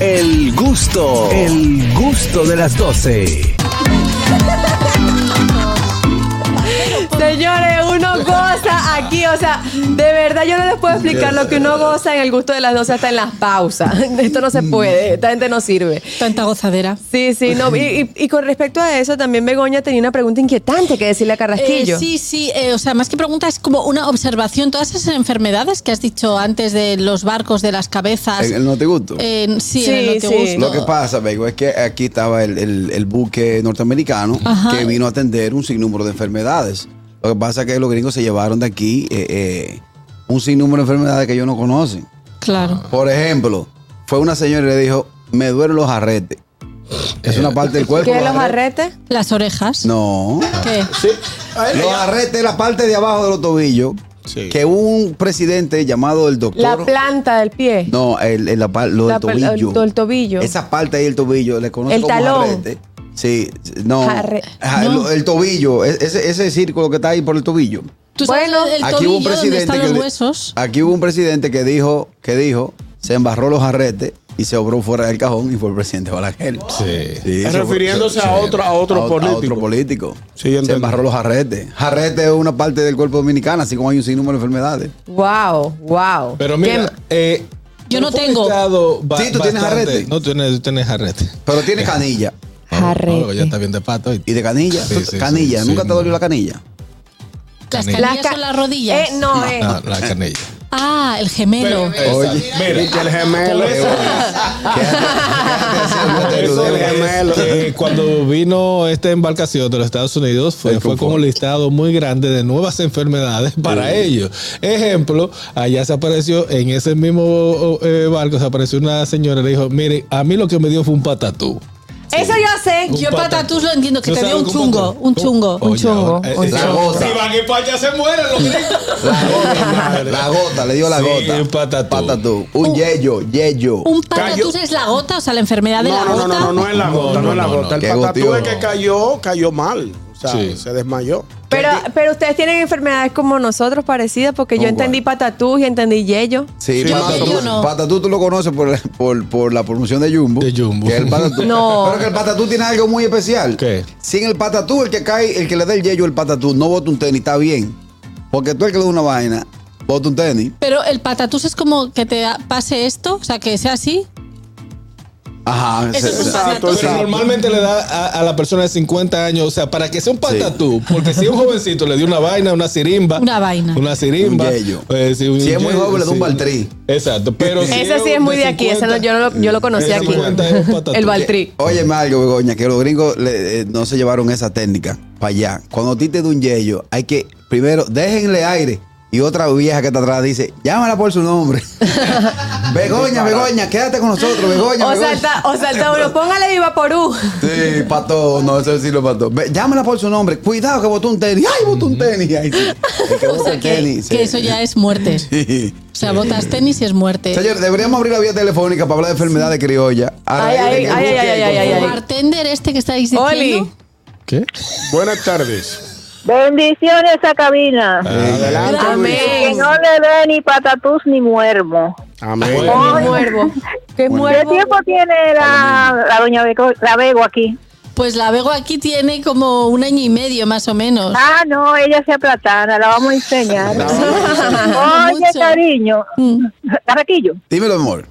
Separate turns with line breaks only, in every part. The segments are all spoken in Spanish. El gusto, el gusto de las 12.
Señores, uno goza aquí, o sea, de verdad yo no les puedo explicar lo que uno goza en el gusto de las 12 hasta en las pausas. Esto no se puede, esta gente no sirve.
Tanta gozadera.
Sí, sí, no. Y, y- y con respecto a eso, también Begoña tenía una pregunta inquietante que decirle a Carrasquillo.
Eh, sí, sí, eh, o sea, más que pregunta es como una observación. Todas esas enfermedades que has dicho antes de los barcos, de las
Ah,
cabezas.
En el Notigusto.
Eh,
en- sí,
Sí,
en el
sí.
Notegusto.
Lo que pasa, Bego, es que aquí estaba el, el- el buque norteamericano
Ajá.
que vino a atender un sinnúmero de enfermedades. Lo que pasa es que los gringos se llevaron de aquí eh, eh, un sinnúmero de enfermedades que ellos no conocen.
Claro.
Por ejemplo, fue una señora y le dijo, me duelen los arretes. Es una parte del cuerpo.
¿Qué los arretes?
Las orejas.
No.
¿Qué?
Sí. A él
Los
ya.
arretes, la parte de abajo de los tobillos,
Sí.
que un presidente llamado el doctor...
La planta del pie.
No, el, el- la, par- lo
La
del
par- el-
tobillo.
del tobillo.
Esa parte ahí del tobillo, le conocen
El
como
talón.
jarrete. Sí, no.
Jarre-
Ja-
No.
El, el tobillo, e- ese, ese círculo que está ahí por el tobillo.
Tú sabes
Bueno,
el
aquí hubo
tobillo
un
donde
presidente
están
que
los
le- Ah,
huesos.
Aquí hubo un presidente que dijo, que dijo, se embarró los jarretes y se obró fuera del cajón y fue el presidente Balaguer.
Sí.
Sí, se-
Refiriéndose
se-
a, otro, a otro
o-
político.
A otro político.
Sí, yo
se
entiendo.
embarró los jarretes. Jarrete es una parte del cuerpo dominicano, así como hay un sinnúmero de enfermedades.
Wow, wow.
Pero mira, eh,
Yo no
fue un
tengo.
estado ba-
Sí, tú tienes arrete.
No, tú tienes, tú tienes arrete.
Pero tiene canilla.
No, no,
Jarrete.
ya está bien de pato.
¿Y
Eh.
de canilla?
Sí,
Tú-
sí, sí,
canilla.
sí,
¿Nunca te
no.
dolió la canilla?
Las
Las
canillas
ca-
son las rodillas.
Eh, no, eh.
La, la canilla.
Ah, el gemelo.
Oye,
Viste el gemelo.
Por eso- Eso
El gemelo.
es que cuando vino esta embarcación de los Estados Unidos fue,
El
fue
pulpo.
como un listado muy grande de nuevas enfermedades para ellos. Ejemplo, allá se apareció en ese mismo eh, barco, se apareció una señora y le dijo, mire, a mí lo que me dio fue un patatú.
Eso yo sé.
Un
Yo
pata-
patatús lo entiendo, que
¿Tú
te
sabes
dio un
cómo
chungo,
pata-
un
cómo-
chungo.
Un chungo,
ahora,
un
eh,
chungo.
eh,
La gota.
Si van en pacha se mueren los gringos.
La gota, la gota, le dio la
Sí,
gota.
un patatú.
Un
Un-
yello, yello.
Un patatús es la gota, o sea, la enfermedad de
No,
la
no, no,
gota.
no, no, no es la
No,
gota, no,
no,
es la
no,
gota.
no.
El
Qué
patatú
gotió.
es que cayó, cayó mal. O sea,
Sí.
se desmayó.
Pero, pero ustedes tienen enfermedades como nosotros parecidas, porque yo
¿Cómo
entendí patatús y entendí yello.
Sí,
Sí,
patatú,
yo no.
patatú tú lo conoces por, por, por la promoción de Jumbo.
De Jumbo.
Que el patatú.
No.
Pero que el patatú tiene algo muy especial.
¿Qué?
Si en el patatú, el que cae, el que le da el yello, el patatú, no bota un tenis, está bien. Porque tú el que le da una vaina, bota un tenis.
Pero el patatús es como que te pase esto, o sea, que sea así.
Ajá.
Eso es un
Exacto,
patatús.
Pero normalmente le da a, a la persona de 50 años, o sea, para que sea un patatú, porque si un jovencito le dio una vaina, una sirimba.
Una vaina.
Una sirimba. pues,
Un yello.
si,
Si es muy joven, le da un baltrí.
Exacto, pero. si
Ese sí es muy de aquí, ese no- yo, no lo, yo lo conocí
de
aquí.
50 es un patatú.
El Baltrí.
Óyeme algo, Begoña, que los gringos le- eh, no se llevaron esa técnica para allá. Cuando a ti te da un yello, hay que, primero, déjenle aire. Y otra vieja que está atrás dice, llámala por su nombre. Begoña, Begoña, quédate con nosotros, Begoña.
O
Begoña.
salta, o salta uno, póngale viva porú.
Sí, pato, no, eso sí lo pato. Ve, llámala por su nombre. Cuidado que botó un tenis. Ay, botó un tenis. Ay, sí. El que
O
bota
sea,
el
que,
tenis.
que
sí.
eso ya es muerte.
Sí.
O sea, botas tenis y es muerte.
Señor, deberíamos abrir la vía telefónica para hablar de enfermedades criolla. A
Ay,
raíz de
ay,
que
ay,
busque
ay, ay, ay,
algo.
ay, ay.
El bartender este que estáis diciendo.
Oli.
¿Qué?
Buenas tardes.
Bendiciones a cabina.
Adelante.
Amén.
Luis.
Que no le dé ni patatús ni muermo.
Amén.
Qué muervo. Qué
¿Qué
muervo.
tiempo tiene la, la doña Bego, la Bego aquí?
Pues la Bego aquí tiene como un año y medio más o menos.
Ah, no, ella se aplatana, la vamos a enseñar. Oye,
Mucho.
cariño,
Mm.
Carraquillo,
Dímelo, mi amor.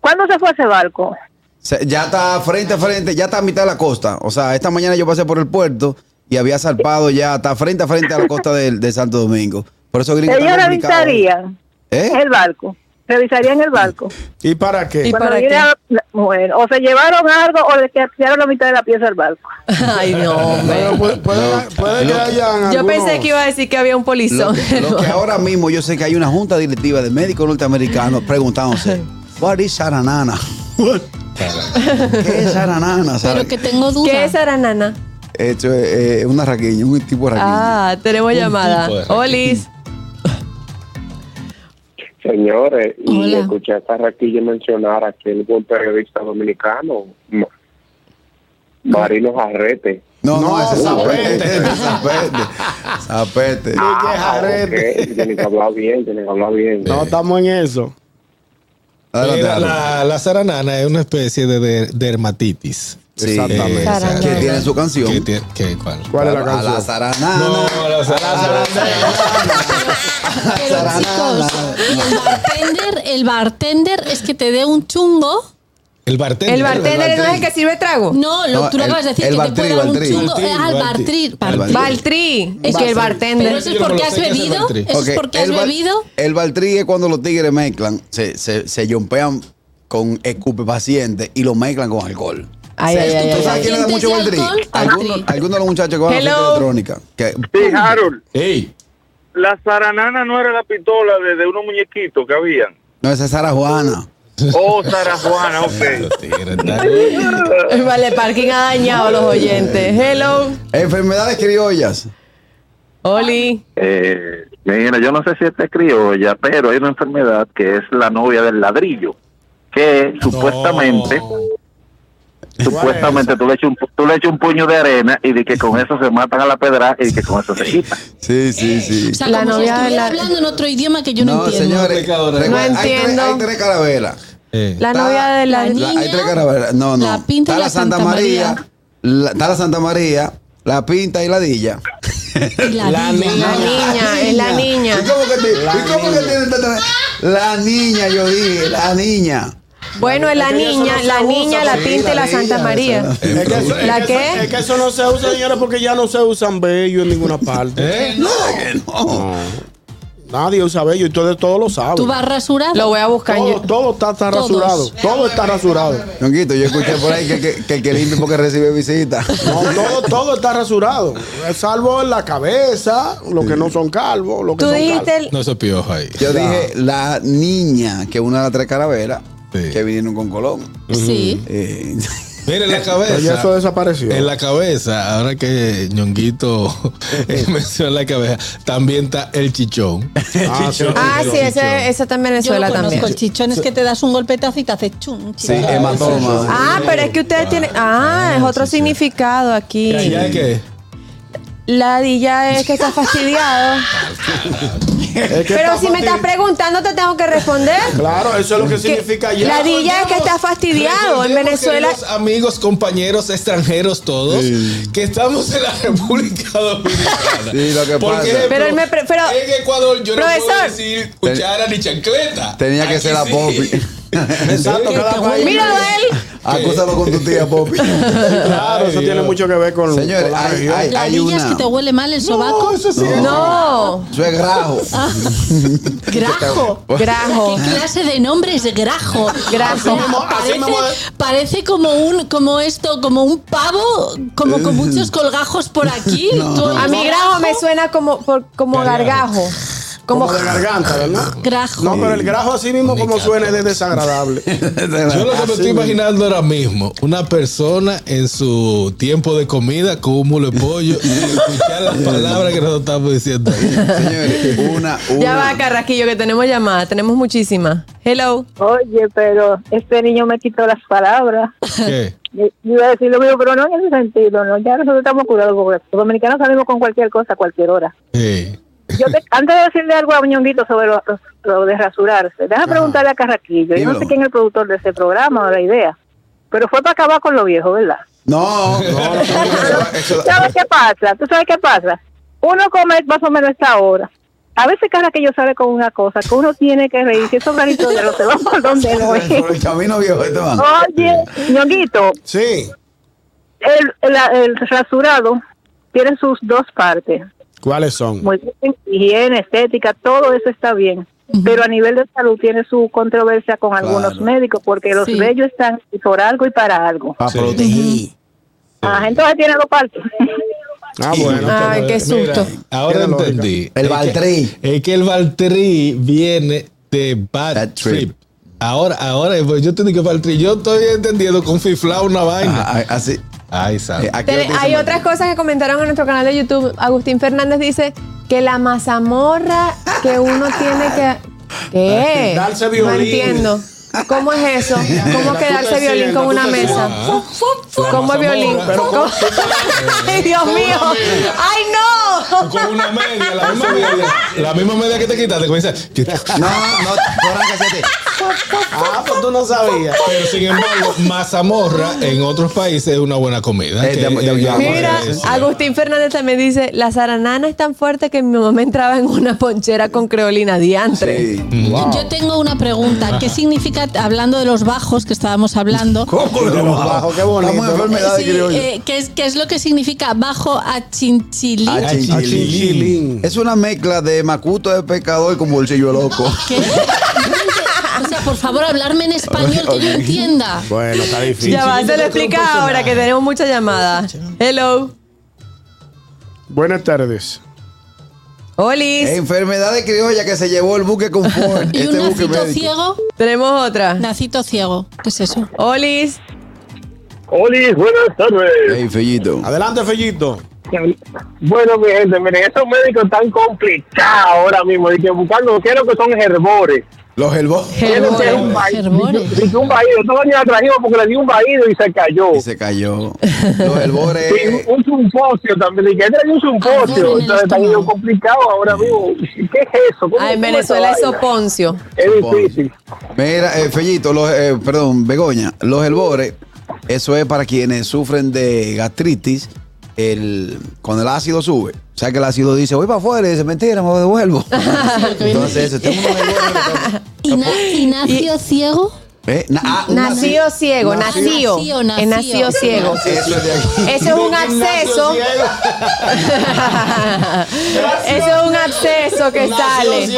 ¿cuándo se fue ese barco?
Se- Ya está frente a frente, ya está a mitad de la costa. O sea, esta mañana yo pasé por el puerto y había zarpado ya, está frente a frente a la costa del- de, Santo Domingo. Por eso gringo.
Ellos revisarían
¿Eh?
el barco, revisarían el barco.
¿Y para qué?
Y-
Cuando
para
viene
qué?
a- bueno, o se llevaron algo o le quedaron la mitad de la pieza al barco.
Ay, no,
Pero
hombre.
puede, puede- puede que hayan
Yo
algunos-
pensé que iba a decir que había un
Lo,
polizón.
que- lo que ahora mismo yo sé que hay una junta directiva de médicos norteamericanos preguntándose: ¿What is saranana? ¿Qué es saranana?
Pero
Sara-
que tengo duda.
¿Qué es aranana?
Esto es eh, una raquiña, un tipo de raquiña.
Ah, tenemos
Un
llamada.
tipo de raquítico.
Olis.
Señores, y
Hola.
escuché a Carraquillo mencionar a aquel buen periodista dominicano, Ma- Marino Jarrete.
No, no, ese es
No,
zapete, ese es zapete. Zapete.
Ah,
Jarrete.
ok, Tienen que hablar bien, tienen que hablar bien.
No estamos en eso.
Adelante,
Era
Harold.
la, la saranana es una especie de, der- dermatitis. Eh,
Sí,
Exactamente.
exacto. que tiene su canción.
¿Qué tiene- qué- cuál?
¿Cuál es la
A la
canción?
zaranana.
No, la saranana.
Pero chicos, y el bartender, el bartender es que te dé un chungo.
El bartender.
El bartender no es el
bartender.
que sirve trago.
No, lo,
No,
tú lo
el-
acabas de decir,
el
que te
Bartril,
puede dar un
Bartril.
chungo. Ah,
Bartril,
Es al bartril.
Bartril. Al
bartril.
Baltrí, es que el
Pero
bartender.
eso es
Yo no me
porque
lo
has
sé, que es el
bebido.
Bartril.
Eso
Ok,
es porque has
el ba-
bebido.
El baltrí es cuando los tigres mezclan, se, se, se yompean con estupefacientes y lo mezclan con alcohol.
Ay, ay, ay,
¿Tú
ay,
sabes
ay.
quién le da mucho
Estupefacientes y
baltrí?
alcohol,
Algunos
Baltrí.
algunos de los muchachos que van a la fiesta
Hello.
electrónica. Que,
Sí, Harold,
Ey,
la zaranana no era la pistola de, de unos muñequitos que habían.
no, esa es Sara Juana.
Oh, Sara Juana, ok.
los tigres están-
Vale, el parking ha dañado a los oyentes. Hello,
Enfermedades criollas.
Oli.
Eh, mira, yo no sé si esta es criolla, pero hay una enfermedad que es la novia del ladrillo, que supuestamente,
No.
supuestamente tú le echas un, pu- tú le echas un puño de arena y de que con eso se matan a la pedra y que con eso se quita.
Sí, sí, sí.
Eh, O sea,
La
como si
novia de
estuviera
la-
hablando en otro idioma que yo no, entiendo.
señores,
No
recuerda, Hay tres,
entiendo.
hay tres carabelas.
Eh,
La
Está-
novia de la,
La
La- hay
niña,
tres carabelas. No, no.
la pinta y
está
la Santa María.
la- está la Santa María, la pinta y la dilla.
y la
La
niña.
La niña, es la niña.
¿Y cómo que, te- y cómo que tiene tanta- La niña, yo dije, la niña.
Bueno, es la
Es que eso
niña,
no se
la
usa,
niña, la
sí,
pinta y la
la
Santa
niña,
María.
eso
Es que eso- es
¿La
que
qué?
eso- Es que eso no se usa, señores, porque ya no se usan bello en ninguna parte.
eh,
No, que no.
Nadie usa bello y ustedes todos lo saben.
¿Tú vas rasurado?
Lo voy a buscar.
Todo,
yo.
todo está, está
Todos.
rasurado. Todo está rasurado.
Ñonguito, yo escuché por ahí que, que, que el que limpia porque recibe visita.
No, todo, todo está rasurado. Salvo en la cabeza, los que no son calvos, los que
Tú
son
dijiste
calvos.
el-
no se piojo ahí.
Yo dije la niña, que es una de las tres carabelas
Sí.
que vinieron con Colón.
Sí.
Eh,
Mira en la
Pero ya
cabeza.
eso desapareció.
En la cabeza, ahora que Ñonguito eh, menciona la cabeza, también está el chichón.
Ah, sí.
Ah, sí, ese, ese está en
Yo lo
Venezuela
conozco,
también.
el chichón es que te das un golpetazo y te hace chun.
sí,
chichón.
hematoma.
Ah, pero es que ustedes tienen. Ah, es otro significado aquí.
¿Y allá qué?
La dilla es que está fastidiado.
Es que
Pero
está
si me estás
fastidi-
preguntando, te tengo que responder.
Claro, eso es lo que
Que
significa ya.
la dilla es que está fastidiado. En
Recordemos,
Venezuela.
queridos amigos, compañeros, extranjeros, todos, que estamos en la República Dominicana.
Sí, lo que
Por
pasa.
ejemplo,
Pero él me pre- pero-
en Ecuador yo no puedo
Profesor.
decir cuchara ni chancleta.
Tenía que
Aquí
ser la
sí.
Poppy.
Exacto, cada país-
Míralo a él.
Acúsalo con tu tía Poppy.
Claro, eso
Ay,
tiene
Dios.
mucho que ver con.
Señores,
con la
hay,
región.
hay,
La
hay
villa es
una.
que te huele mal el sobaco.
eso sí.
No.
Eso es grajo.
Grajo.
Grajo.
¿Qué clase de nombre es Grajo?
Grajo.
O sea,
Así mismo
parece, parece como un, como esto, como un pavo, como con muchos colgajos por aquí. Tú oyes
A mi grajo me suena como, por- como gargajo. Como.
Como de garganta, ¿verdad?
Grajo.
No, pero el grajo así mismo como suena es desagradable.
Yo lo que me estoy imaginando ahora mismo, una persona en su tiempo de comida con un mulo de pollo y escuchar las palabras que nosotros estamos diciendo. ahí.
Señores, una, una.
Ya va, Carrasquillo, que tenemos llamadas. Tenemos muchísimas. Hello.
Oye, pero este niño me quitó las palabras.
¿Qué?
Yo iba a decir lo mismo, pero no en ese sentido, ¿no? Ya nosotros estamos curados. con- Los dominicanos salimos con cualquier cosa a cualquier hora.
Sí.
Yo te- antes de decirle algo a Ñonguito sobre lo, lo de rasurarse, déjame preguntarle a Carraquillo. Yo
Dímelo.
no sé quién es el productor de ese programa o la idea, pero fue para acabar con lo viejo, ¿verdad?
No, no, no, eso- eso-
¿Sabes qué pasa? ¿Tú sabes qué pasa? Uno come más o menos esta hora. A veces Carraquillo sale con una cosa que uno tiene que reírse. Esos granitos de los se van por donde no es.
Por el camino viejo este van.
Oye, Ñonguito,
Sí.
el, el, el rasurado tiene sus dos partes.
¿Cuáles son?
Muy bien, higiene, estética, todo eso está bien. Pero a nivel de salud tiene su controversia con algunos
Claro.
médicos porque los
Sí.
bellos están por algo y para algo.
Para proteger.
Ajá, entonces tiene dos partes.
Ah, bueno.
Ay, qué susto.
Ahora
Tiene lógica.
entendí.
El
Es que-
Valtrí.
Es que el Valtrí viene de Bad,
Bad
trip.
Trip.
Ahora, ahora, pues yo entendí que Valtrí. Yo estoy entendiendo con fifla una vaina.
Ah, ah, Así.
Ay, sabe.
eh, aquí
Tele-
lo dicen,
hay
¿no?
otras cosas que comentaron en nuestro canal de YouTube. Agustín Fernández dice que la mazamorra que uno tiene que. ¿Qué?
Darse violín.
No entiendo. ¿Cómo es eso? ¿Cómo
Tú
quedarse
te
violín
sientas,
con
tú
una
te
mesa?
sientas.
¿Cómo es violín?
mazamorra. Pero
¿Cómo- Ay, Dios mío. ¡Ay, no!
con una media, la misma media, la misma media que te quitaste, comienza.
No, no, no arrancaste.
Ah, pues tú no sabías.
Pero sin embargo, mazamorra en otros países es una buena comida.
Eh,
que-
de- de-
eh,
Mira,
es-
Agustín Fernández también dice, la zaranana es tan fuerte que mi mamá me entraba en una ponchera con creolina diantre.
Sí.
Mm.
Wow.
Yo tengo una pregunta. ¿Qué significa, hablando de los bajos que estábamos hablando,
¿Cómo de los bajos?
Qué bonito.
Estamos en enfermedad de
sí,
criollo.
eh, ¿qué, es, qué es lo que significa bajo a chinchilí?
Ah, chinchilín.
Chinchilín.
Es una mezcla de macuto de pecador con bolsillo loco.
¿Qué? o sea, por favor, hablarme en español que yo entienda.
Bueno, está difícil.
Ya va, se lo explica ahora que tenemos muchas llamadas. Hello.
Buenas tardes.
Olis.
Enfermedad de criolla que se llevó el buque con Ford.
¿Y
este
un
buque
nacito
médico.
ciego?
Tenemos otra.
Nacito ciego. ¿Qué es eso?
Olis.
Oli, buenas tardes.
Ey, Fellito.
Adelante, Fellito.
Bueno, mi gente, miren, esos médicos tan complicados ahora mismo, y que buscando, ¿qué es lo que son herbores?
Los helbos.
¿Qué es lo que es
Hello.
un vaído?
Herbores.
Dice un vaído, todo la trajimos porque le di un vaído y se cayó.
Y se cayó. Los helbores.
Oh. Sí, un- un simposio también, dije, este es un
Albor en
simposio,
el
entonces está medio
estómago.
complicado ahora mismo. ¿Qué es eso? ¿Cómo-
Ah, en
cómo
Venezuela es
esa vaina?
soponcio.
Es difícil.
Mira, eh, Fellito, los, eh, perdón, Begoña, los helbores, eso es para quienes sufren de gastritis, el, cuando el ácido sube. O sea que el ácido dice, voy para afuera y dice, mentira, me devuelvo. Entonces, eso, tengo unos helbores.
¿Y, na- y nació ciego?
Eh, na- ah, un
Nacido ciego, nacido.
Nacido,
Es nacido
nacido.
ciego.
Eso es de aquí.
Eso es un acceso. Eso es un acceso que sale.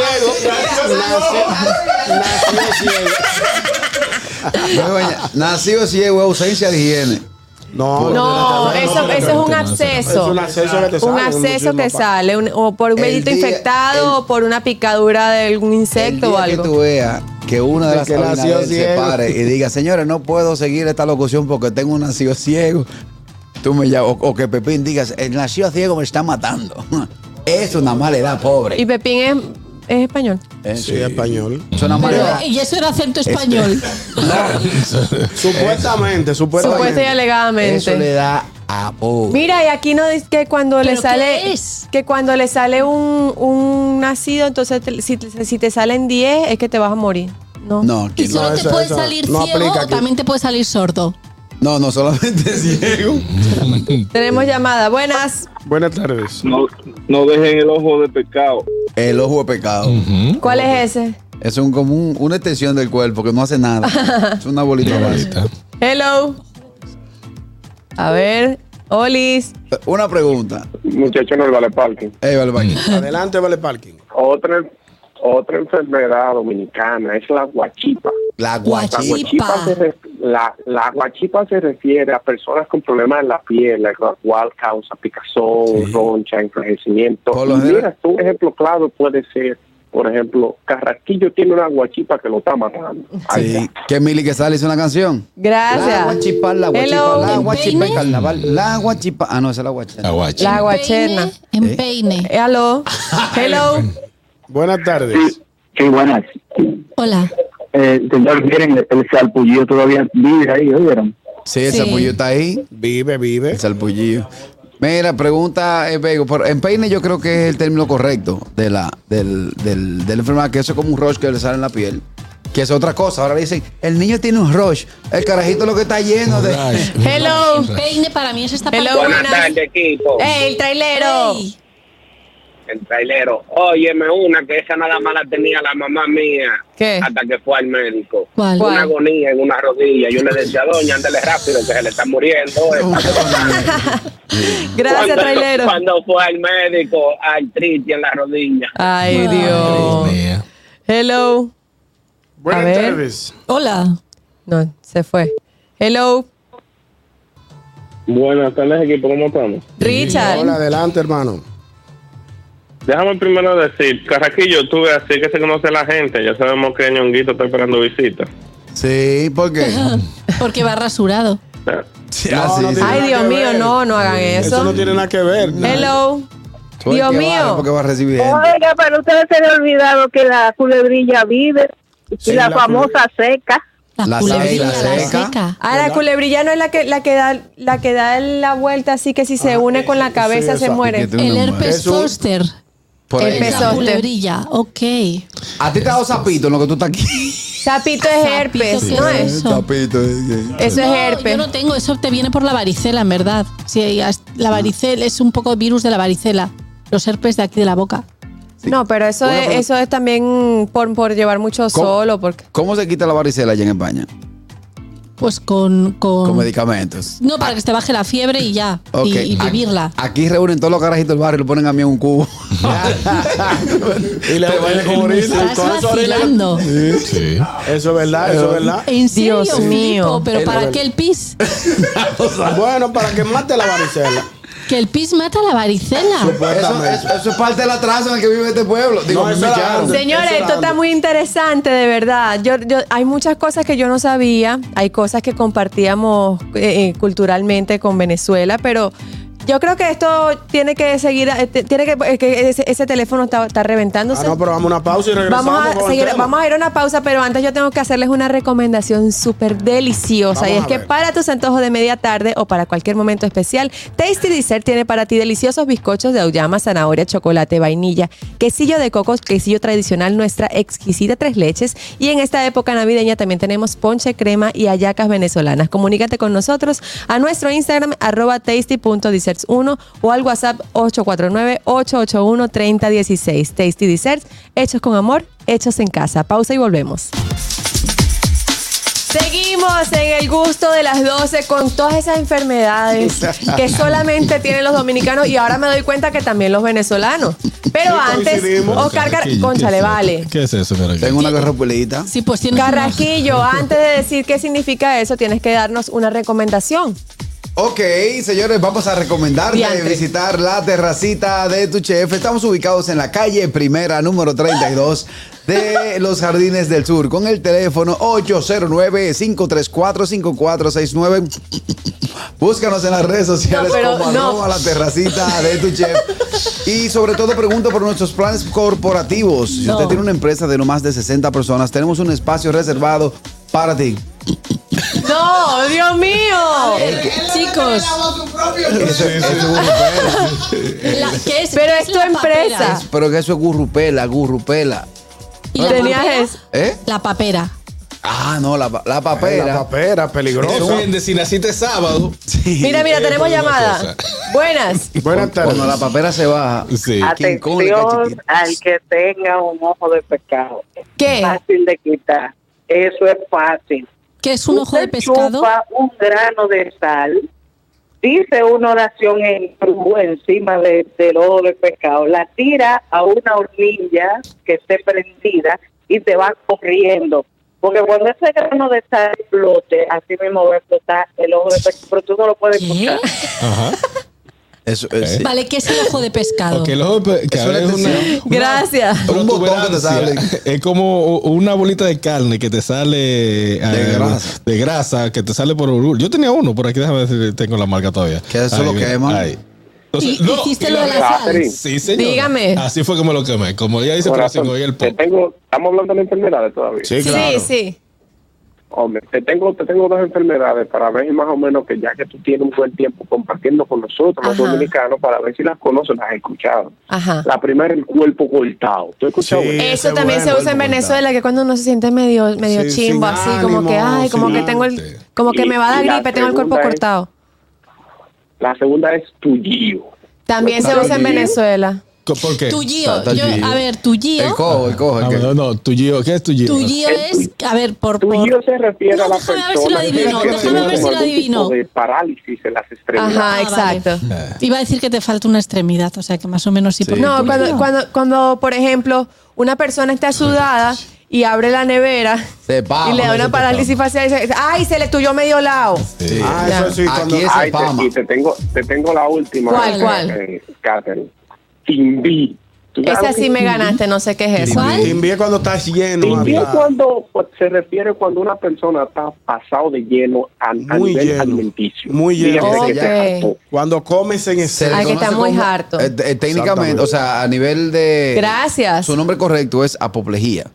Eh,
Begoña, nacido ciego, ausencia de higiene.
No,
No, eso, eso es un
Es
acceso.
un acceso que te sale.
Un acceso que sale, un- o por un
El
vellito
día-
infectado,
el-
o por una picadura de algún
El
insecto o
día que tú
algo.
veas que una de
De
las
que nació
Abinader se
ciego.
pare y diga, señores, no puedo seguir esta locución porque tengo un nacido ciego. Tú me llamas, o, o que Pepín digas, el nacido ciego me está matando. Es una mala edad,
Y
pobre.
Pepín es, es español.
Eh,
Sí, español.
Es una mala
Pero,
edad.
y eso era acento
este,
español.
Supuestamente,
Supuesta y
supuestamente.
Eso le
alegadamente.
da a pobre.
Mira, y aquí no dice que cuando le
¿Pero
sale.
qué es?
Que cuando le sale un, un nacido, entonces te- si, si te salen 10, es que te vas a morir. No.
No,
¿Y
que no,
solo
No,
te
eso-
puede
eso
salir
no
ciego
aplica
o
aquí.
también te puede salir sordo?
no, no, solamente ciego.
Tenemos llamada. Buenas.
Buenas tardes.
No, no dejen el ojo de pecado.
El ojo de pecado.
Ujú.
¿Cuál es ese?
Es un, como un- una extensión del cuerpo que no hace nada. es una bolita básica.
Ahorita.
Hello. A ver. Olis.
Una pregunta.
Muchacho no vale parking.
Ey, vale, vale.
Adelante, Vale Parking.
Otra, otra enfermedad dominicana es la guachipa.
La
La
Guachi.
guachi.
guachipa,
Guachipa.
se, re- la, la guachipa se refiere a personas con problemas en la piel, la cual causa picazón, roncha, enflaquecimiento.
Por lo
Y
general-
mira, tú, un ejemplo claro puede ser, por ejemplo, Carraquillo tiene una guachipa que lo está matando. Ahí
Sí,
está.
que Milly que sale hizo una canción. La
Gracias.
guachipa, la guachipa,
Hello.
la guachipa en
¿Peine?
carnaval. La guachipa. Ah, no, esa es la guachipa.
Aguachi.
La guacherna.
En
¿Eh?
peine.
Hello. Hello.
Buenas tardes.
Sí, buenas.
Hola.
Eh, señor, miren, el salpullido todavía vive ahí, ¿oyeron?
Sí, el
Sí.
salpullido está ahí.
Vive,
El
vive.
salpullido. Mira, pregunta, eh, Bego, pero en peine yo creo que es el término correcto de la, del, del, de la enfermedad, que eso es como un rush que le sale en la piel. Que es otra cosa. Ahora dicen, el niño tiene un rush. El carajito lo que está lleno de.
Rush.
Hello.
Rush.
Peine para mí es esta
Hello,
parte.
buenas.
equipo.
¡Ey, el trailero!
Ey,
El trailero. Óyeme una que esa nada más la tenía la mamá mía.
¿Qué?
Hasta que fue al médico.
¿Cuál?
¿Cuál?
Una agonía en una rodilla. Yo le decía, doña, ándale rápido, que se le está muriendo.
Gracias,
cuando,
trailero.
Cuando fue al médico, artritis en la rodilla.
Ay,
Dios
Dios.
mío.
Hello. A
Buenas
ver.
tardes.
Hola.
No, se fue. Hello.
Buenas tardes, equipo, ¿cómo estamos?
Richard.
Hola, adelante, hermano.
Déjame primero decir, Carraquillo, estuve así que se conoce la gente. Ya sabemos que Ñonguito está esperando visita.
Sí, porque.
Porque va rasurado.
No, no tiene
Ay,
nada
Dios
que
mío,
ver.
no, no hagan eso.
Eso no tiene nada que ver.
Hello. Dios mío.
Porque va a recibir gente.
Oiga, pero ustedes se le ha olvidado que la culebrilla vive y
Sí,
la,
la
famosa seca.
La,
La
culebrilla,
seca, la
la
seca.
seca.
Ah, Ah, la culebrilla no es la que, la que da la que da la vuelta, así que si se une con la cabeza se
esa.
muere.
Y que tú-
El
no
herpes
mueres.
zoster.
Por ahí.
El
Es la
pesote.
culebrilla. Ok.
A ti te ha dado sapito en lo que tú estás aquí.
Sapito es
Sapito,
herpes,
¿qué
¿no
Eh,
es
es?
eso? Eh.
Sapito.
Eso es
No,
herpes.
Yo no tengo, eso te viene por la varicela, en verdad. Sí, as- la varicela es un poco virus de la varicela. Los herpes de aquí de la boca.
No, pero eso
Una
es,
pregunta.
eso es también por, por llevar mucho
¿Cómo?
sol o porque.
¿Cómo se quita la varicela allá en España?
Pues con. con-
Con medicamentos.
no, para que se te baje la fiebre y ya. y-
Ok.
Y, vivirla.
Aquí reúnen todos los carajitos del barrio y lo ponen a mí en un cubo.
Y le
Te baila como orina.
con
Estás
esa orina-
vacilando.
Sí.
Eso es verdad, eso es verdad.
¿En serio?
Dios
Filipo?
mío.
¿Pero para qué el pis?
Bueno, para que mate la varicela.
Que el pis mata la varicela.
Eso,
Supuestamente.
eso- eso es parte del atraso en el que vive este pueblo. Digo,
No,
me
eso era
echaron.
antes.
Señores,
Eso era
esto está
antes.
muy interesante, de verdad. Yo, yo- hay muchas cosas que yo no sabía, hay cosas que compartíamos eh, eh, culturalmente con Venezuela, pero yo creo que esto tiene que seguir, eh, t- tiene que, eh, que ese, ese teléfono está, está
Ah,
reventándose.
no, pero vamos a una pausa y regresamos.
Vamos
con
a,
el
seguir-
tema.
vamos a ir a una pausa, pero antes yo tengo que hacerles una recomendación súper deliciosa.
Vamos
y es
a
que
ver.
para tus antojos de media tarde o para cualquier momento especial, Tasty Dessert tiene para ti deliciosos bizcochos de auyama, zanahoria, chocolate, vainilla, quesillo de cocos, quesillo tradicional, nuestra exquisita tres leches. Y en esta época navideña también tenemos ponche, crema y ayacas venezolanas. Comunícate con nosotros a nuestro Instagram, arroba tasty.desserts1 o al WhatsApp 849-881-3016. Tasty Desserts, hechos con amor, hechos en casa. Pausa y volvemos. Seguimos en el gusto de las 12 con todas esas enfermedades que solamente tienen los dominicanos y ahora me doy cuenta que también los venezolanos. Pero antes,
coincidimos.
Oscar, Car-
Carraquillo, ¿qué
conchale,
es eso?
vale.
¿Qué es eso, Carraquillo?
Tengo una garrapulita.
Sí, pues tiene.
Carraquillo, antes de decir qué significa eso, tienes que darnos una recomendación.
Ok, señores, vamos a recomendarles
Diantre.
visitar la terracita de tu chef. Estamos ubicados en la calle primera, número 32 de los Jardines del Sur, con el teléfono 809-534-5469. Búscanos en las redes sociales
No, pero
como
no.
arroba la terracita de tu chef. Y sobre todo pregunta por nuestros planes corporativos. Si
No.
usted tiene una empresa de no más de 60 personas, tenemos un espacio reservado para ti.
¡No, Dios mío!
Chicos,
Eso- eso es un-
la- ¿qué es?
Pero
¿Qué
es tu
la papera?
empresa.
Pero que eso es gurrupela, gurrupela.
¿Y la
Tenías
papera?
eso.
¿Eh?
La papera.
Ah, no, la, pa- la papera.
La papera, peligrosa.
Depende, si naciste sábado.
Mira, mira,
Eh,
tenemos
por una
llamada.
cosa.
Buenas.
Buenas tardes.
Cuando la papera se baja.
Sí.
Ah.
King Kong le cae
Atención
chiquito.
al que tenga un ojo de pescado.
¿Qué?
Fácil de quitar. Eso es fácil.
¿Qué es un ojo de
Usted
pescado?
chupa un grano de sal, dice una oración en cruz encima de- del ojo de pescado, la tira a una hornilla que esté prendida y te va corriendo. Porque cuando ese grano de sal explote, así mismo va a explotar el ojo de pescado, pero tú no lo puedes
¿Qué?
buscar.
Ajá.
Eso, eh, sí.
Vale, ¿qué es el ojo de pescado?
Ok, el ojo de pe- que
Eso
ahora
es
es una-
atención.
una
Gracias.
Un botón que te
protuberancia. Es como u- una bolita de carne que te sale eh, de,
grasa.
grasa, que te sale por orgullo. Yo tenía uno, por aquí déjame ver si tengo la marca todavía.
Que eso lo
mira,
quema.
ahí. Entonces,
¿Y- hiciste lo de la
Catherine,
sal?
Sí, señor.
Dígame.
Así fue como lo quemé. Como ella dice, pero
corazón,
sin oír el
te
pop.
tengo, estamos hablando de enfermedades todavía.
Sí,
Sí,
Eh, claro.
sí.
Hombre, te tengo, te tengo dos enfermedades para ver más o menos que ya que tú tienes un buen tiempo compartiendo con nosotros los
Ajá.
dominicanos para ver si las conoces, las has escuchado.
Ajá.
La primera el cuerpo cortado. ¿Tú has escuchado?
Sí.
eso?
Eso
ese
también
bueno,
se usa en
bueno,
Venezuela, que cuando uno se siente medio, medio
Sí,
chimbo,
sin
así, como que,
ánimo,
ay, como
sin
que tengo el,
arte.
como que me va a dar
Y la
gripe, tengo el cuerpo
segunda es-
cortado.
La segunda es tullío.
También se
Claro,
usa en
sí.
Venezuela.
Co- ¿Por qué?
Tullío.
Está
Yo-
tullío.
A ver,
El
tullío.
cojo, el cojo. el
Ah,
que-
no, no, tuyo. ¿Qué es tuyo?
Tullío es. A ver, por. por-
Tullío se refiere
No,
a la
déjame
persona
ver si lo adivino,
que
déjame
tiene
ver si lo
algún
adivino.
tipo de parálisis en las extremidades.
Ajá,
Ah,
exacto.
Eh.
Iba a decir que te falta una extremidad, o sea que más o menos sí.
Sí.
por-
No,
Tullío.
cuando, cuando, cuando, por ejemplo, una persona está sudada y abre la nevera
Se pama,
y le da
se
una
te
parálisis facial y dice, ay, se le tuyó medio lado.
Sí.
Ah,
Ya.
eso sí, cuando.
Aquí es
Ay,
el pama.
te, y te tengo, te tengo la última.
¿Cuál, cuál?
eh, Catherine. Timbí. ¿Tú sabes
Esa
lo que
sí me ganaste, no sé qué es eso.
¿Cuál?
Te envía cuando estás lleno.
Timbí es
hasta-
cuando pues, se refiere cuando una persona está pasado de lleno a, a
Muy
nivel
lleno.
alimenticio.
Muy lleno.
Dígase que
Ok.
se hartó.
Cuando comes en
Se
exceso.
le
Ay, que está
conoce
muy
como-
harto.
eh, eh, técnicamente,
Exactamente.
o sea, a nivel de.
Gracias.
Su nombre correcto es apoplejía.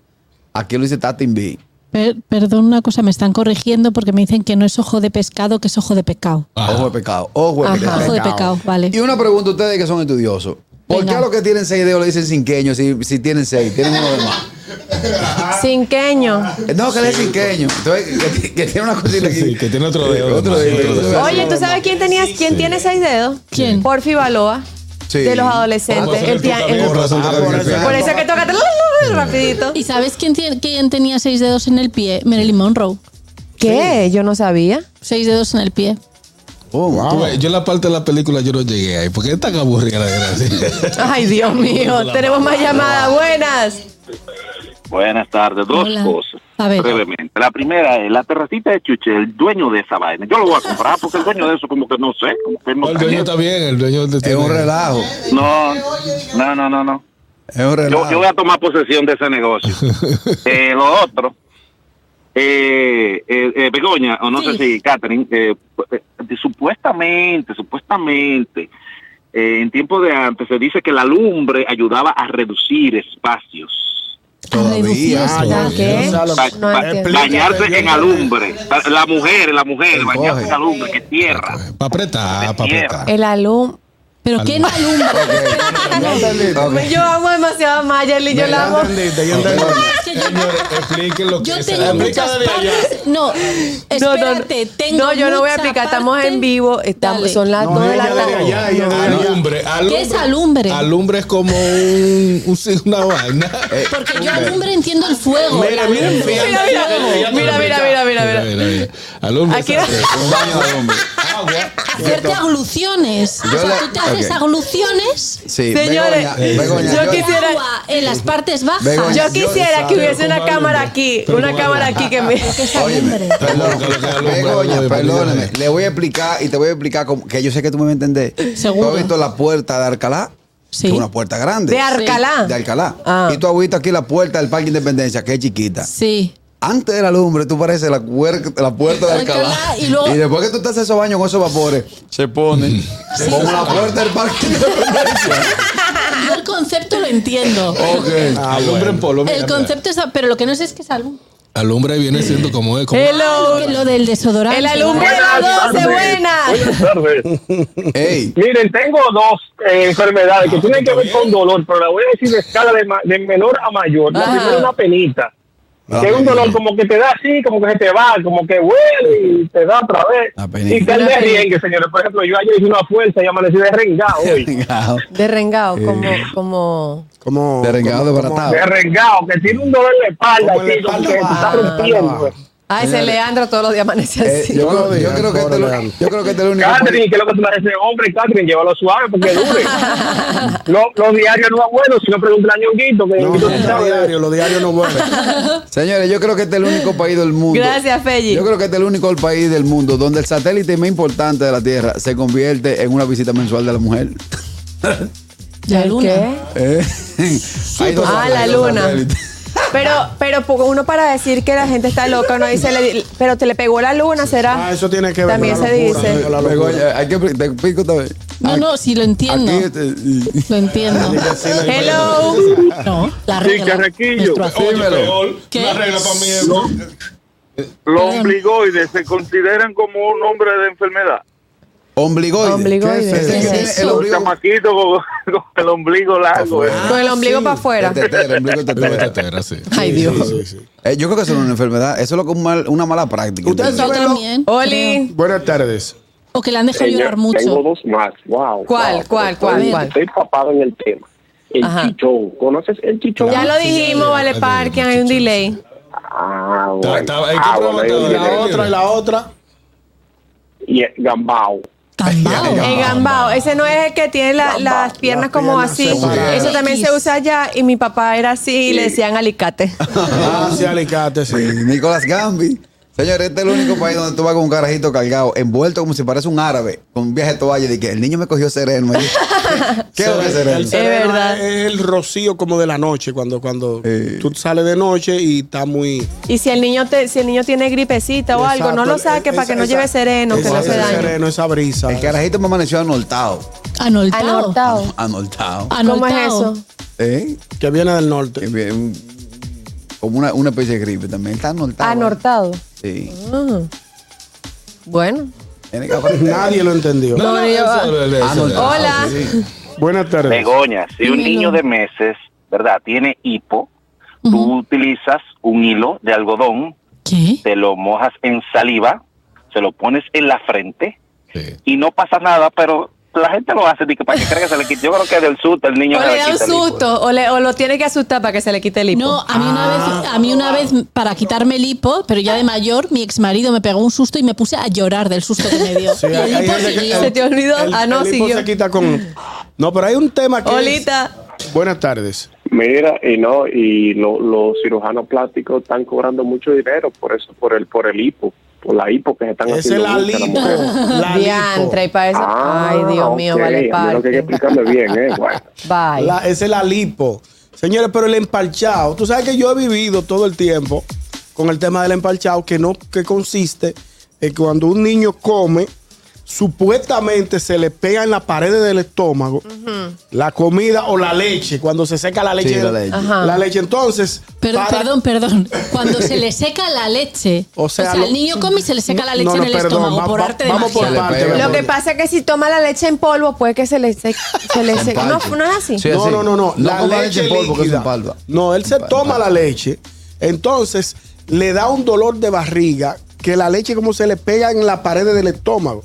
Aquí lo dice Tatin B.
Per- perdón, una cosa, me están corrigiendo porque me dicen que no es ojo de pescado, que es ojo de pecado.
Ah,
Ojo de pecado. Ojo de
Ajá,
pecado.
ojo de pecado, vale.
Y una pregunta a ustedes que son estudiosos. ¿Por
Venga.
qué a los que tienen seis dedos le dicen cinqueño si, si tienen seis? Tienen uno de más.
Ah.
Eh,
Cinqueño.
No, que le dicen cinqueño. Entonces, que, ti- que tiene una cosita aquí.
Sí, que tiene otro dedo.
Otro
además,
dedo.
otro dedo.
Oye, ¿tú sabes quién tenía, quién tiene seis dedos?
¿Quién?
Porfi Baloa.
Sí.
De los
Vamos a
adolescentes.
hacer
El pia-
tú también,
el-
por razón,
Ah,
te
por
cambié.
eso.
por eso que toca rapidito.
¿Y sabes quién, tiene- quién tenía seis dedos en el pie? Marilyn Monroe.
¿Qué? Yo no sabía.
Seis dedos en el pie.
Oh, wow.
Tú ves, Yo en la parte de la película yo no llegué ahí, porque es tan aburrida la desgracia.
Ay, Dios mío. Tenemos más llamadas. Buenas.
Buenas tardes. Dos
Hola.
cosas.
A ver.
Brevemente. La primera es la terracita de Chuche, el dueño de esa vaina. Yo lo voy a comprar porque el dueño de eso como que no sé. Como que no
No, el dueño
sé.
está bien, el dueño te
Es
tiene-
un relajo.
No, no, no, no. no.
Es un
Yo,
relajo.
yo voy a tomar posesión de ese negocio. Eh, lo otro, eh, eh, eh, Begoña, o no
Sí.
sé si Catherine, eh, eh, supuestamente, supuestamente, eh, en tiempo de antes se dice que la lumbre ayudaba a reducir espacios.
Todavía,
Ah,
Reducidos, ¿verdad?
¿Qué?
Gonzalo,
Ba-
No
ba-
entiendo.
bañarse en alumbre. Ba- La mujer, la mujer,
Coge.
bañarse en alumbre, que tierra.
Para apretar, para apretar.
Eh,
El alum.
¿Pero qué no alumbra?
Ya entendiste. Ok.
Yo amo demasiado a Mayerly. Yo la amo.
entendiste, ya entendí.
Es que yo-
Señores, expliquen lo que
Yo
es
tengo
el-
muchas partes. No,
No, no,
espérate,
no,
tengo.
no, yo no voy a
mucha
explicar. Estamos
parte.
en vivo. Estamos,
Dale.
son las
No,
2 de la
ella
tarde.
debería ya, ella debería ya.
Alumbre, alumbre.
¿Qué es alumbre?
Alumbre es como un, un- una vaina.
Eh,
Porque yo alumbre entiendo el fuego. la lumbre.
Mira, mira, mira, mira, mira, mira, mira.
Alumbre.
Aquí-
¿sabes?
Un baño de hombre.
Agua.
Hacerte agluciones.
Yo
o sea,
la-
tú te haces
ok.
agluciones.
Sí,
Señores,
Begoña, Begoña,
yo
yo-
quisiera-
Agua en las partes bajas.
Begoña,
Yo quisiera que
Pero
hubiese una
con
cámara
alumbre.
aquí,
Pero
una
con
cámara
alumbre.
aquí que me...
¿Qué es alumbre?
Perdón,
Porque lo que alumbra es
Begoña,
lo de
perdóname.
María.
Le voy a explicar y te voy a explicar como- que yo sé que tú me vas a entender.
Seguro.
Tú has visto la puerta de Alcalá,
Sí.
que es una puerta grande.
De Alcalá.
De Alcalá.
Ah.
Y tú has visto aquí la puerta del Parque Independencia, que es chiquita.
Sí.
Antes de la lumbre, tú pareces la, puer- la puerta de Alcalá.
Alcalá, y luego-
después que tú te haces esos baños con esos vapores, se pone como la puerta del Parque Independencia.
Yo el concepto lo entiendo.
ok.
alumbre en polvo. mira,
El
mira.
concepto es. Pero lo que no sé es que es alumbre.
Alumbre viene siendo como es. Como
Hello.
Lo del desodorante. Ah,
El alumbre de las 12, buenas.
Buenas tardes.
Ey,
Miren, tengo dos eh, enfermedades que tienen que ver con dolor, pero la voy a decir de escala de, ma- de menor a mayor. La
Ajá.
primera es una penita.
La
que es un
penita.
dolor como que te da así, como que se te va, como que huele y te da otra vez.
La penita.
Y tal vez riengue, señores. Por ejemplo, yo ayer hice una fuerza y amanecí derrengado hoy.
derrengado.
Derrengado, como, como...
Como.
Derrengado,
como-
desbaratado.
Derrengado, que tiene un dolor en la espalda,
Como en la
así, como
espalda
que se está
baja.
rompiendo. pues.
Ay, ese Leandro todos los días amanece
Eh,
así.
yo, creo,
Pobre
yo creo
Leandro,
que este
pobre
es lo-
Leandro.
yo creo que este es el único.
Catherine, que es lo que tú le haces a ese hombre, Catherine, llévalo suave porque dure. Lo- Los diarios no es bueno, si no preguntan a Ñonguito, que
No,
Ñonguito sí
los
sabe.
diarios, los diarios no vuelven.
Señores, yo creo que este es el único país del mundo.
Gracias, Feji.
Yo creo que este es el único país del mundo donde el satélite más importante de la Tierra se convierte en una visita mensual de la mujer.
La
¿El
luna.
qué?
¿Eh? Hay dos-
Ah, la
hay dos
luna.
satélites.
Pero, pero po- uno para decir que la gente está loca, uno dice, le- pero te le pegó la luna, ¿será?
Ah, eso tiene que ver
También
con la
se
locura,
dice.
con la locura.
Begoña, eh, hay que te explico otra vez.
No, no, sí lo entiendo.
Aquí te- y-
Lo entiendo.
Hello.
No, la
Sí,
regla.
carrequillo.
menstruación.
Oye,
dímelo.
peor,
¿Qué?
Una regla para mí es-
Los ombligoides se consideran como un nombre de enfermedad.
Ombligoide.
Ombligoide.
¿Qué es eso?
¿Qué
Ese
es
que tiene
eso?
el
Un
ombligo
chamaquito con, con el ombligo
Ah,
largo. eh.
Con el ombligo para afuera.
El tetero, este, el ombligo
Una
tetero.
tetera, sí.
Ay, Dios.
Eh, yo creo que eso no es una enfermedad, eso es lo que un mal- una mala práctica.
Ustedes
¿entiendes?
Yo
saben lo-
también.
Oli,
Buenas tardes.
O que la han dejado
Señor,
llorar
Tengo
mucho.
dos más.
¿Cuál,
Wow. wow.
cuál,
Estoy-
cuál, cuál?
Estoy papado en el tema. El
Ajá.
chichón. ¿Conoces el chichón?
ya lo
sí,
dijimos,
ya,
vale,
ya,
parque,
ya,
hay un
ya, ya.
delay.
Ah, bueno.
estaba- ¿en qué
ah, bueno,
programa
ahí
Y la
estaba?
viene.
otra, y la otra.
Y el gambao.
Gambao.
El gambao, ese no es el que tiene la- las piernas como
Piernas
así.
separadas.
Eso también se usa allá y mi papá era así y le decían alicate.
Ah, sí, alicate, sí.
Sí, Pues, Nicolás Gambi. Señores, este es el único país donde tú vas con un carajito cargado, envuelto como si parece un árabe, con un viaje de toalla, de que el niño me cogió sereno. Yo, ¿Qué es lo que es sereno?
El sereno
Es verdad.
Es el rocío como de la noche, cuando, cuando
Eh.
tú sales de noche y está muy...
Y si el niño te- si el niño tiene gripecita o algo, no lo
Exacto,
saque para
esa-
que no
esa-
lleve sereno, que no
esa-
se
ese
dañe.
sereno, esa brisa.
El carajito me amaneció anoltado.
Anoltao.
Anortado.
Anoltado.
¿Cómo es
Anoltao.
eso?
¿Eh?
que viene del
Que
norte.
bien, como una, una especie de gripe también. Está anortado.
Anortado.
Sí.
Ah. Bueno.
Tiene que aparecer.
Nadie lo entendió.
No, Oh. ni yo.
Anortado,
Hola.
sí.
Buenas tardes.
Begoña, si un
Dilo.
niño de meses, ¿verdad? Tiene hipo, tú utilizas un hilo de algodón,
¿Qué?
te lo mojas en saliva, se lo pones en la frente
Sí.
y no pasa nada, pero la gente lo hace de que para que crea que se le quite. Yo creo que del susto el niño
O
se
le da un
quita el hipo.
susto, o, le- o lo tiene que asustar para que se le quite el hipo.
No, a mí, una vez, a mí una vez, para quitarme el hipo, pero ya de mayor, mi exmarido me pegó un susto y me puse a llorar del susto que me dio.
Sí,
Y el
hay- hay
hipo
gente que-
siguió.
Se te olvidó.
El-
ah, no,
el hipo
siguió.
se quita con. No, pero hay un tema que. es-
Olita.
Buenas tardes.
Mira, y no, y lo- los cirujanos plásticos están cobrando mucho dinero por eso, por el, por el hipo, por la hipo que se están
Esa es
haciendo.
la
muchas las
lipo.
mujeres.
La lipo.
Diantre, y para eso.
Ah,
Ay, Dios mío,
ok,
vale,
a mí Lo que hay que
parte.
explicarme bien, eh. Bueno.
Bye.
La- esa es la lipo. Señores, pero el empalchado, tú sabes que yo he vivido todo el tiempo con el tema del empalchado, que no, que consiste en cuando un niño come, supuestamente se le pega en la pared del estómago la comida o la leche, cuando se seca la leche.
Sí, la leche.
Ajá.
La leche. Entonces,
Perdón,
para-
perdón, perdón. Cuando se le seca la leche.
O sea, lo-
el niño come y se le seca la
No,
leche en
no,
el
perdón,
estómago
va-
por
va-
arte de
vamos por
magia.
parte,
Se le
Lo
pega.
que pasa es que si toma la leche en polvo, puede que se le se, se le se- no,
Empalche.
no es así.
Sí,
No,
así.
no, no, no. La
coma
leche
en polvo, que eso
líquida.
empalva.
No, él se
Empalva.
toma la leche. Entonces, le da un dolor de barriga que la leche como se le pega en la pared del estómago.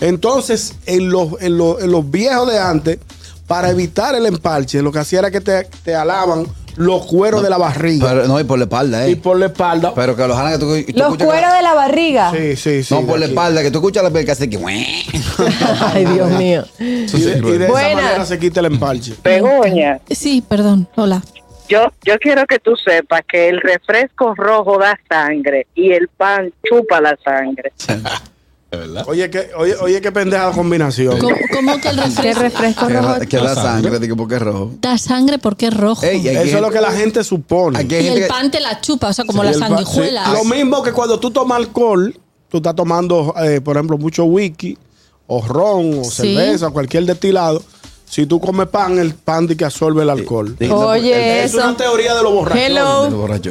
Entonces, en los, en los, en los viejos de antes, para evitar el empalche, lo que hacía era que te, te alaban los cueros de la barriga
Pero, no, y por la espalda, eh.
y por la espalda.
Pero que los jalan que tú, tú
Los
escuchas que-
cueros de la barriga.
sí, sí, sí.
No,
de
por la
aquí.
espalda, que tú escuchas la pelca así que.
Ay, Dios mío.
Y de, y de esa
Buenas.
manera se quita el empalche.
Begoña,
Sí, perdón. Hola.
yo, yo quiero que tú sepas que el refresco rojo da sangre y el pan chupa la sangre.
¿De verdad?
Oye, que, oye, oye, qué pendeja combinación.
¿Cómo, cómo que el
Qué
refresco
refresco
Que,
rojo.
ra- que da sangre, digo, porque es rojo.
da sangre porque es rojo?
Ey, hay
Eso es
gente-
lo que la gente supone.
aquí hay
y
gente
el
que-
pan te la chupa, o sea, como
Sí,
la
el pan-
sanguijuela.
sí. Lo mismo que cuando tú tomas alcohol, tú estás tomando, eh, por ejemplo, mucho whisky, o ron, o
Sí.
cerveza, cualquier destilado. Si tú comes pan, el pan de que absorbe el alcohol.
Sí, no,
Oye,
Es una
eso.
teoría de los borrachos.
el
Hello.
borracho.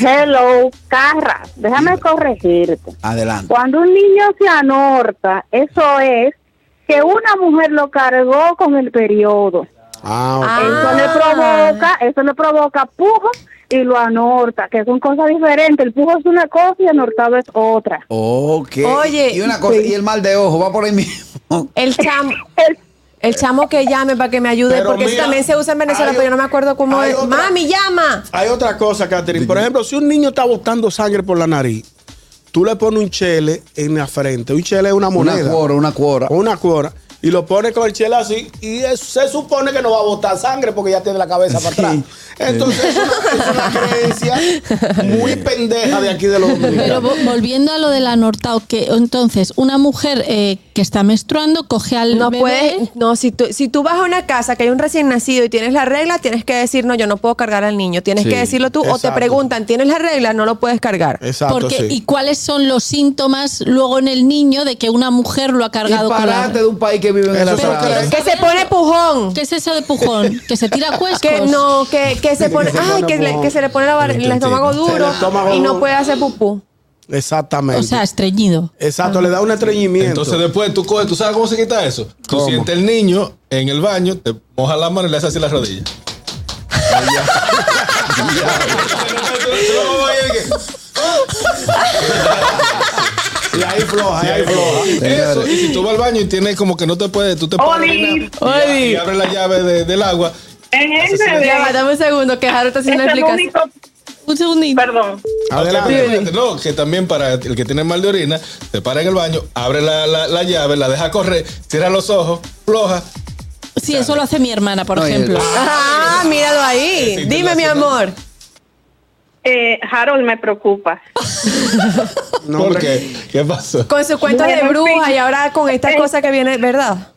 Hello, Carra, déjame corregirte.
Adelante.
Cuando un niño se anorta, eso es que una mujer lo cargó con el periodo.
Ah, ok.
Eso le provoca, eso le provoca pujo y lo anorta, que son cosas diferentes. El pujo es una cosa y anortado es otra.
Ok.
Oye,
Y una cosa,
pues-
y el mal de ojo, va por ahí mismo.
El chamo.
El-
El chamo que llame para que me ayude,
Pero
porque
mira,
eso también se usa en Venezuela,
hay
pero yo no
o-
me acuerdo cómo
hay
es.
otra-
Mami, llama.
Hay otra cosa, Catherine. Por ejemplo, si un niño está botando sangre por la nariz, tú le pones un chele en la frente. Un chele es una moneda.
Una cuora, una cuora.
o una cuora y lo pone con el chela así y es- se supone que no va a botar sangre porque ya tiene la cabeza para atrás. Entonces es una, es una creencia muy pendeja de aquí de los
Pero
dominicanos.
vo- volviendo a lo del anortao, que entonces una mujer eh, que está menstruando coge al
No
bebé.
puedes, no, si tú, si tú vas a una casa que hay un recién nacido y tienes la regla, tienes que decir, no, yo no puedo cargar al niño. Tienes
Sí,
que decirlo tú o te
exacto.
preguntan, ¿tienes la regla? No lo puedes cargar.
Exacto,
porque,
sí.
¿Y cuáles son los síntomas luego en el niño de que una mujer lo ha cargado con la-
Disparate de un país que vive en el
Eso es lo
atraso.
Que se pone pujón.
¿Qué es eso de pujón? ¿Que se tira cuescos?
Que no, que, que se pone,
se
ay,
pone
que, le-
pujón.
que se le pone la bar- el estómago
Se le
duro
estómago
y no
duro.
puede hacer pupú.
Exactamente.
O sea, estreñido.
Exacto, le da un estreñimiento.
Entonces después tú coges, ¿tú sabes cómo se quita eso? Tú
¿Cómo?
sientes el niño en el baño, te mojas la mano y le haces así las rodillas.
y ahí floja, y ahí floja.
Eso, y si tú vas al baño y tienes como que no te puedes, tú te paras
Oli.
y, nada, y abres la llave de- del agua.
En el
Ya, va, dame un segundo, que Harold está haciendo una explicación.
Un segundito.
perdón.
Ok,
Adelante.
espérate, No, que también para el que tiene mal de orina, te para en el baño, abre la, la- la llave, la deja correr, cierra los ojos, floja.
Sí, eso lo hace mi hermana, por
No, y el-
ejemplo.
Ah, míralo ahí.
Es
Dime, mi
internacional.
amor.
Eh, Harold me preocupa.
No,
¿Por
hombre.
qué? ¿Qué pasó?
Con sus cuentos
Bueno,
de
en
brujas
fin.
y ahora con estas
Eh.
cosas que viene, ¿verdad?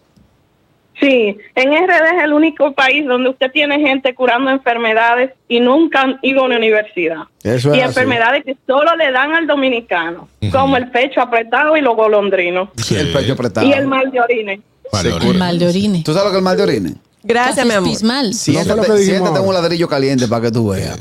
Sí, en RD es el único país donde usted tiene gente curando enfermedades y nunca han ido a una universidad.
Eso
y
es así.
enfermedades que solo le dan al dominicano, como el pecho apretado y los golondrinos.
El pecho apretado.
Y el mal de orines.
Vale,
Se
orina.
cura.
Mal de orine.
¿Tú sabes lo que es el mal de orina?
Gracias, mi amor.
Pismal.
lo que
Siéntate,
dijimos
siéntate en un
ahora.
ladrillo caliente para que tú veas.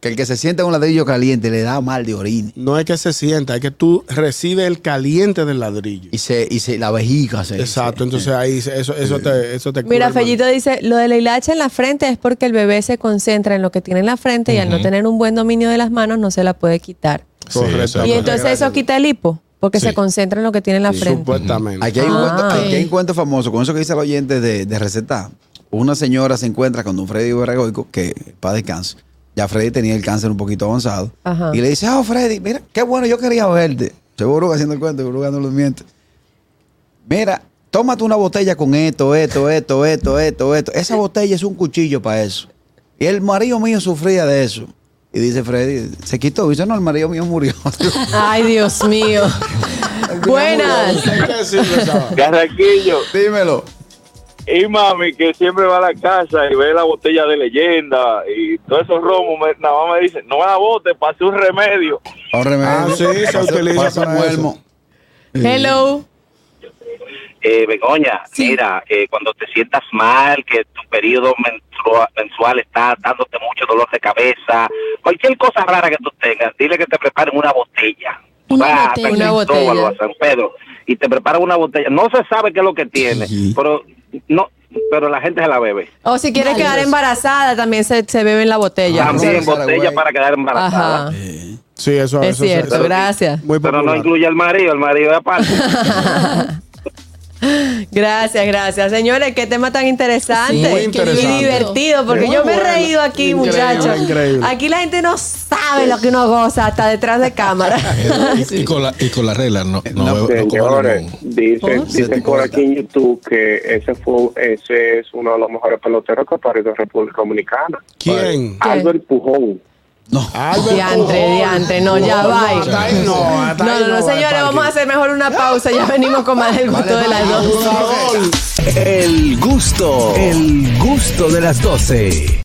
Que el que se sienta en un ladrillo caliente le da mal de orina.
No es que se sienta, es que tú recibes el caliente del ladrillo.
Y se, y se, la vejiga se.
Exacto,
se-
entonces ahí se- eso, eso te, eso te cura
Mira,
el mal.
Fellito dice, lo de la hilacha en la frente es porque el bebé se concentra en lo que tiene en la frente y al no tener un buen dominio de las manos no se la puede quitar.
Sí, eso
Correcto.
es
y
pues,
verdad.
entonces
gracias.
eso quita el hipo, porque
Sí.
se concentra en lo que tiene en la frente.
Supuestamente.
Aquí hay, un
Ah.
cuento, aquí hay
Ok.
un cuento famoso, con eso que dice el oyente de, de recetar. Una señora se encuentra con don Freddy Berregoico, que para descanso. Ya Freddy tenía el cáncer un poquito avanzado.
Ajá.
Y le dice, oh, Freddy, mira, qué bueno, yo quería verte. Seguro que haciendo el cuento, seguro que no lo miente. Mira, tómate una botella con esto, esto, esto, esto, esto, esto. Esa botella es un cuchillo para eso. Y el marido mío sufría de eso. Y dice Freddy, se quitó. Y dice, no, el marido mío murió.
Ay, Dios mío. Buenas.
Hay que decirlo, ¿sabes?
Garraquillo,
Dímelo.
y mami que siempre va a la casa y ve la botella de leyenda y todos esos romos, me- nada más me dice, no me la bote, pase un remedio.
Un remedio.
Ah, sí, se
Pasa-
utiliza
pasa un
para eso.
muelmo.
Hello.
Eh, Begoña, mira, eh, cuando te sientas mal, que tu periodo menstrua- mensual está dándote mucho dolor de cabeza, cualquier cosa rara que tú tengas, dile que te preparen una botella.
Una
Vas a
botella.
San
Una
Cristóbal o a
botella.
San Pedro y te preparan una botella. No se sabe qué es lo que tiene, pero no, pero la gente se la bebe.
O si quieres
Vale.
quedar embarazada, también se, se bebe en la botella.
Vamos
También
a usar
botella
agua.
para quedar embarazada.
Ajá.
Sí, eso
Es
eso se-
cierto,
eso-
gracias.
Muy
Pero no
popular.
incluye al marido, el marido es aparte.
Gracias, gracias. Señores, qué tema tan interesante.
Sí, muy interesante.
Y divertido, porque
Muy
yo me he
bueno.
reído aquí,
Increíble,
muchachos.
increíble.
Aquí la gente no sabe lo que uno goza hasta detrás de cámara.
Y, y con la, y con la regla, no, no,
No,
bebo- no como
Señores,
limón.
dicen,
Se te
dicen por
corta.
aquí en YouTube que ese fue, ese es uno de los mejores peloteros que ha parido en República Dominicana.
¿Quién?
¿Quién?
Albert Pujol.
No.
Albert
Diantre,
Pujol.
diantre, no, ya
No,
va.
hasta ahí no, hasta
No,
ahí
no, no,
va,
señores,
Parque.
vamos a hacer mejor una pausa. Ya venimos con más del gusto
Vale,
de las
vale,
dos.
Abusador.
El gusto, el gusto de las 12.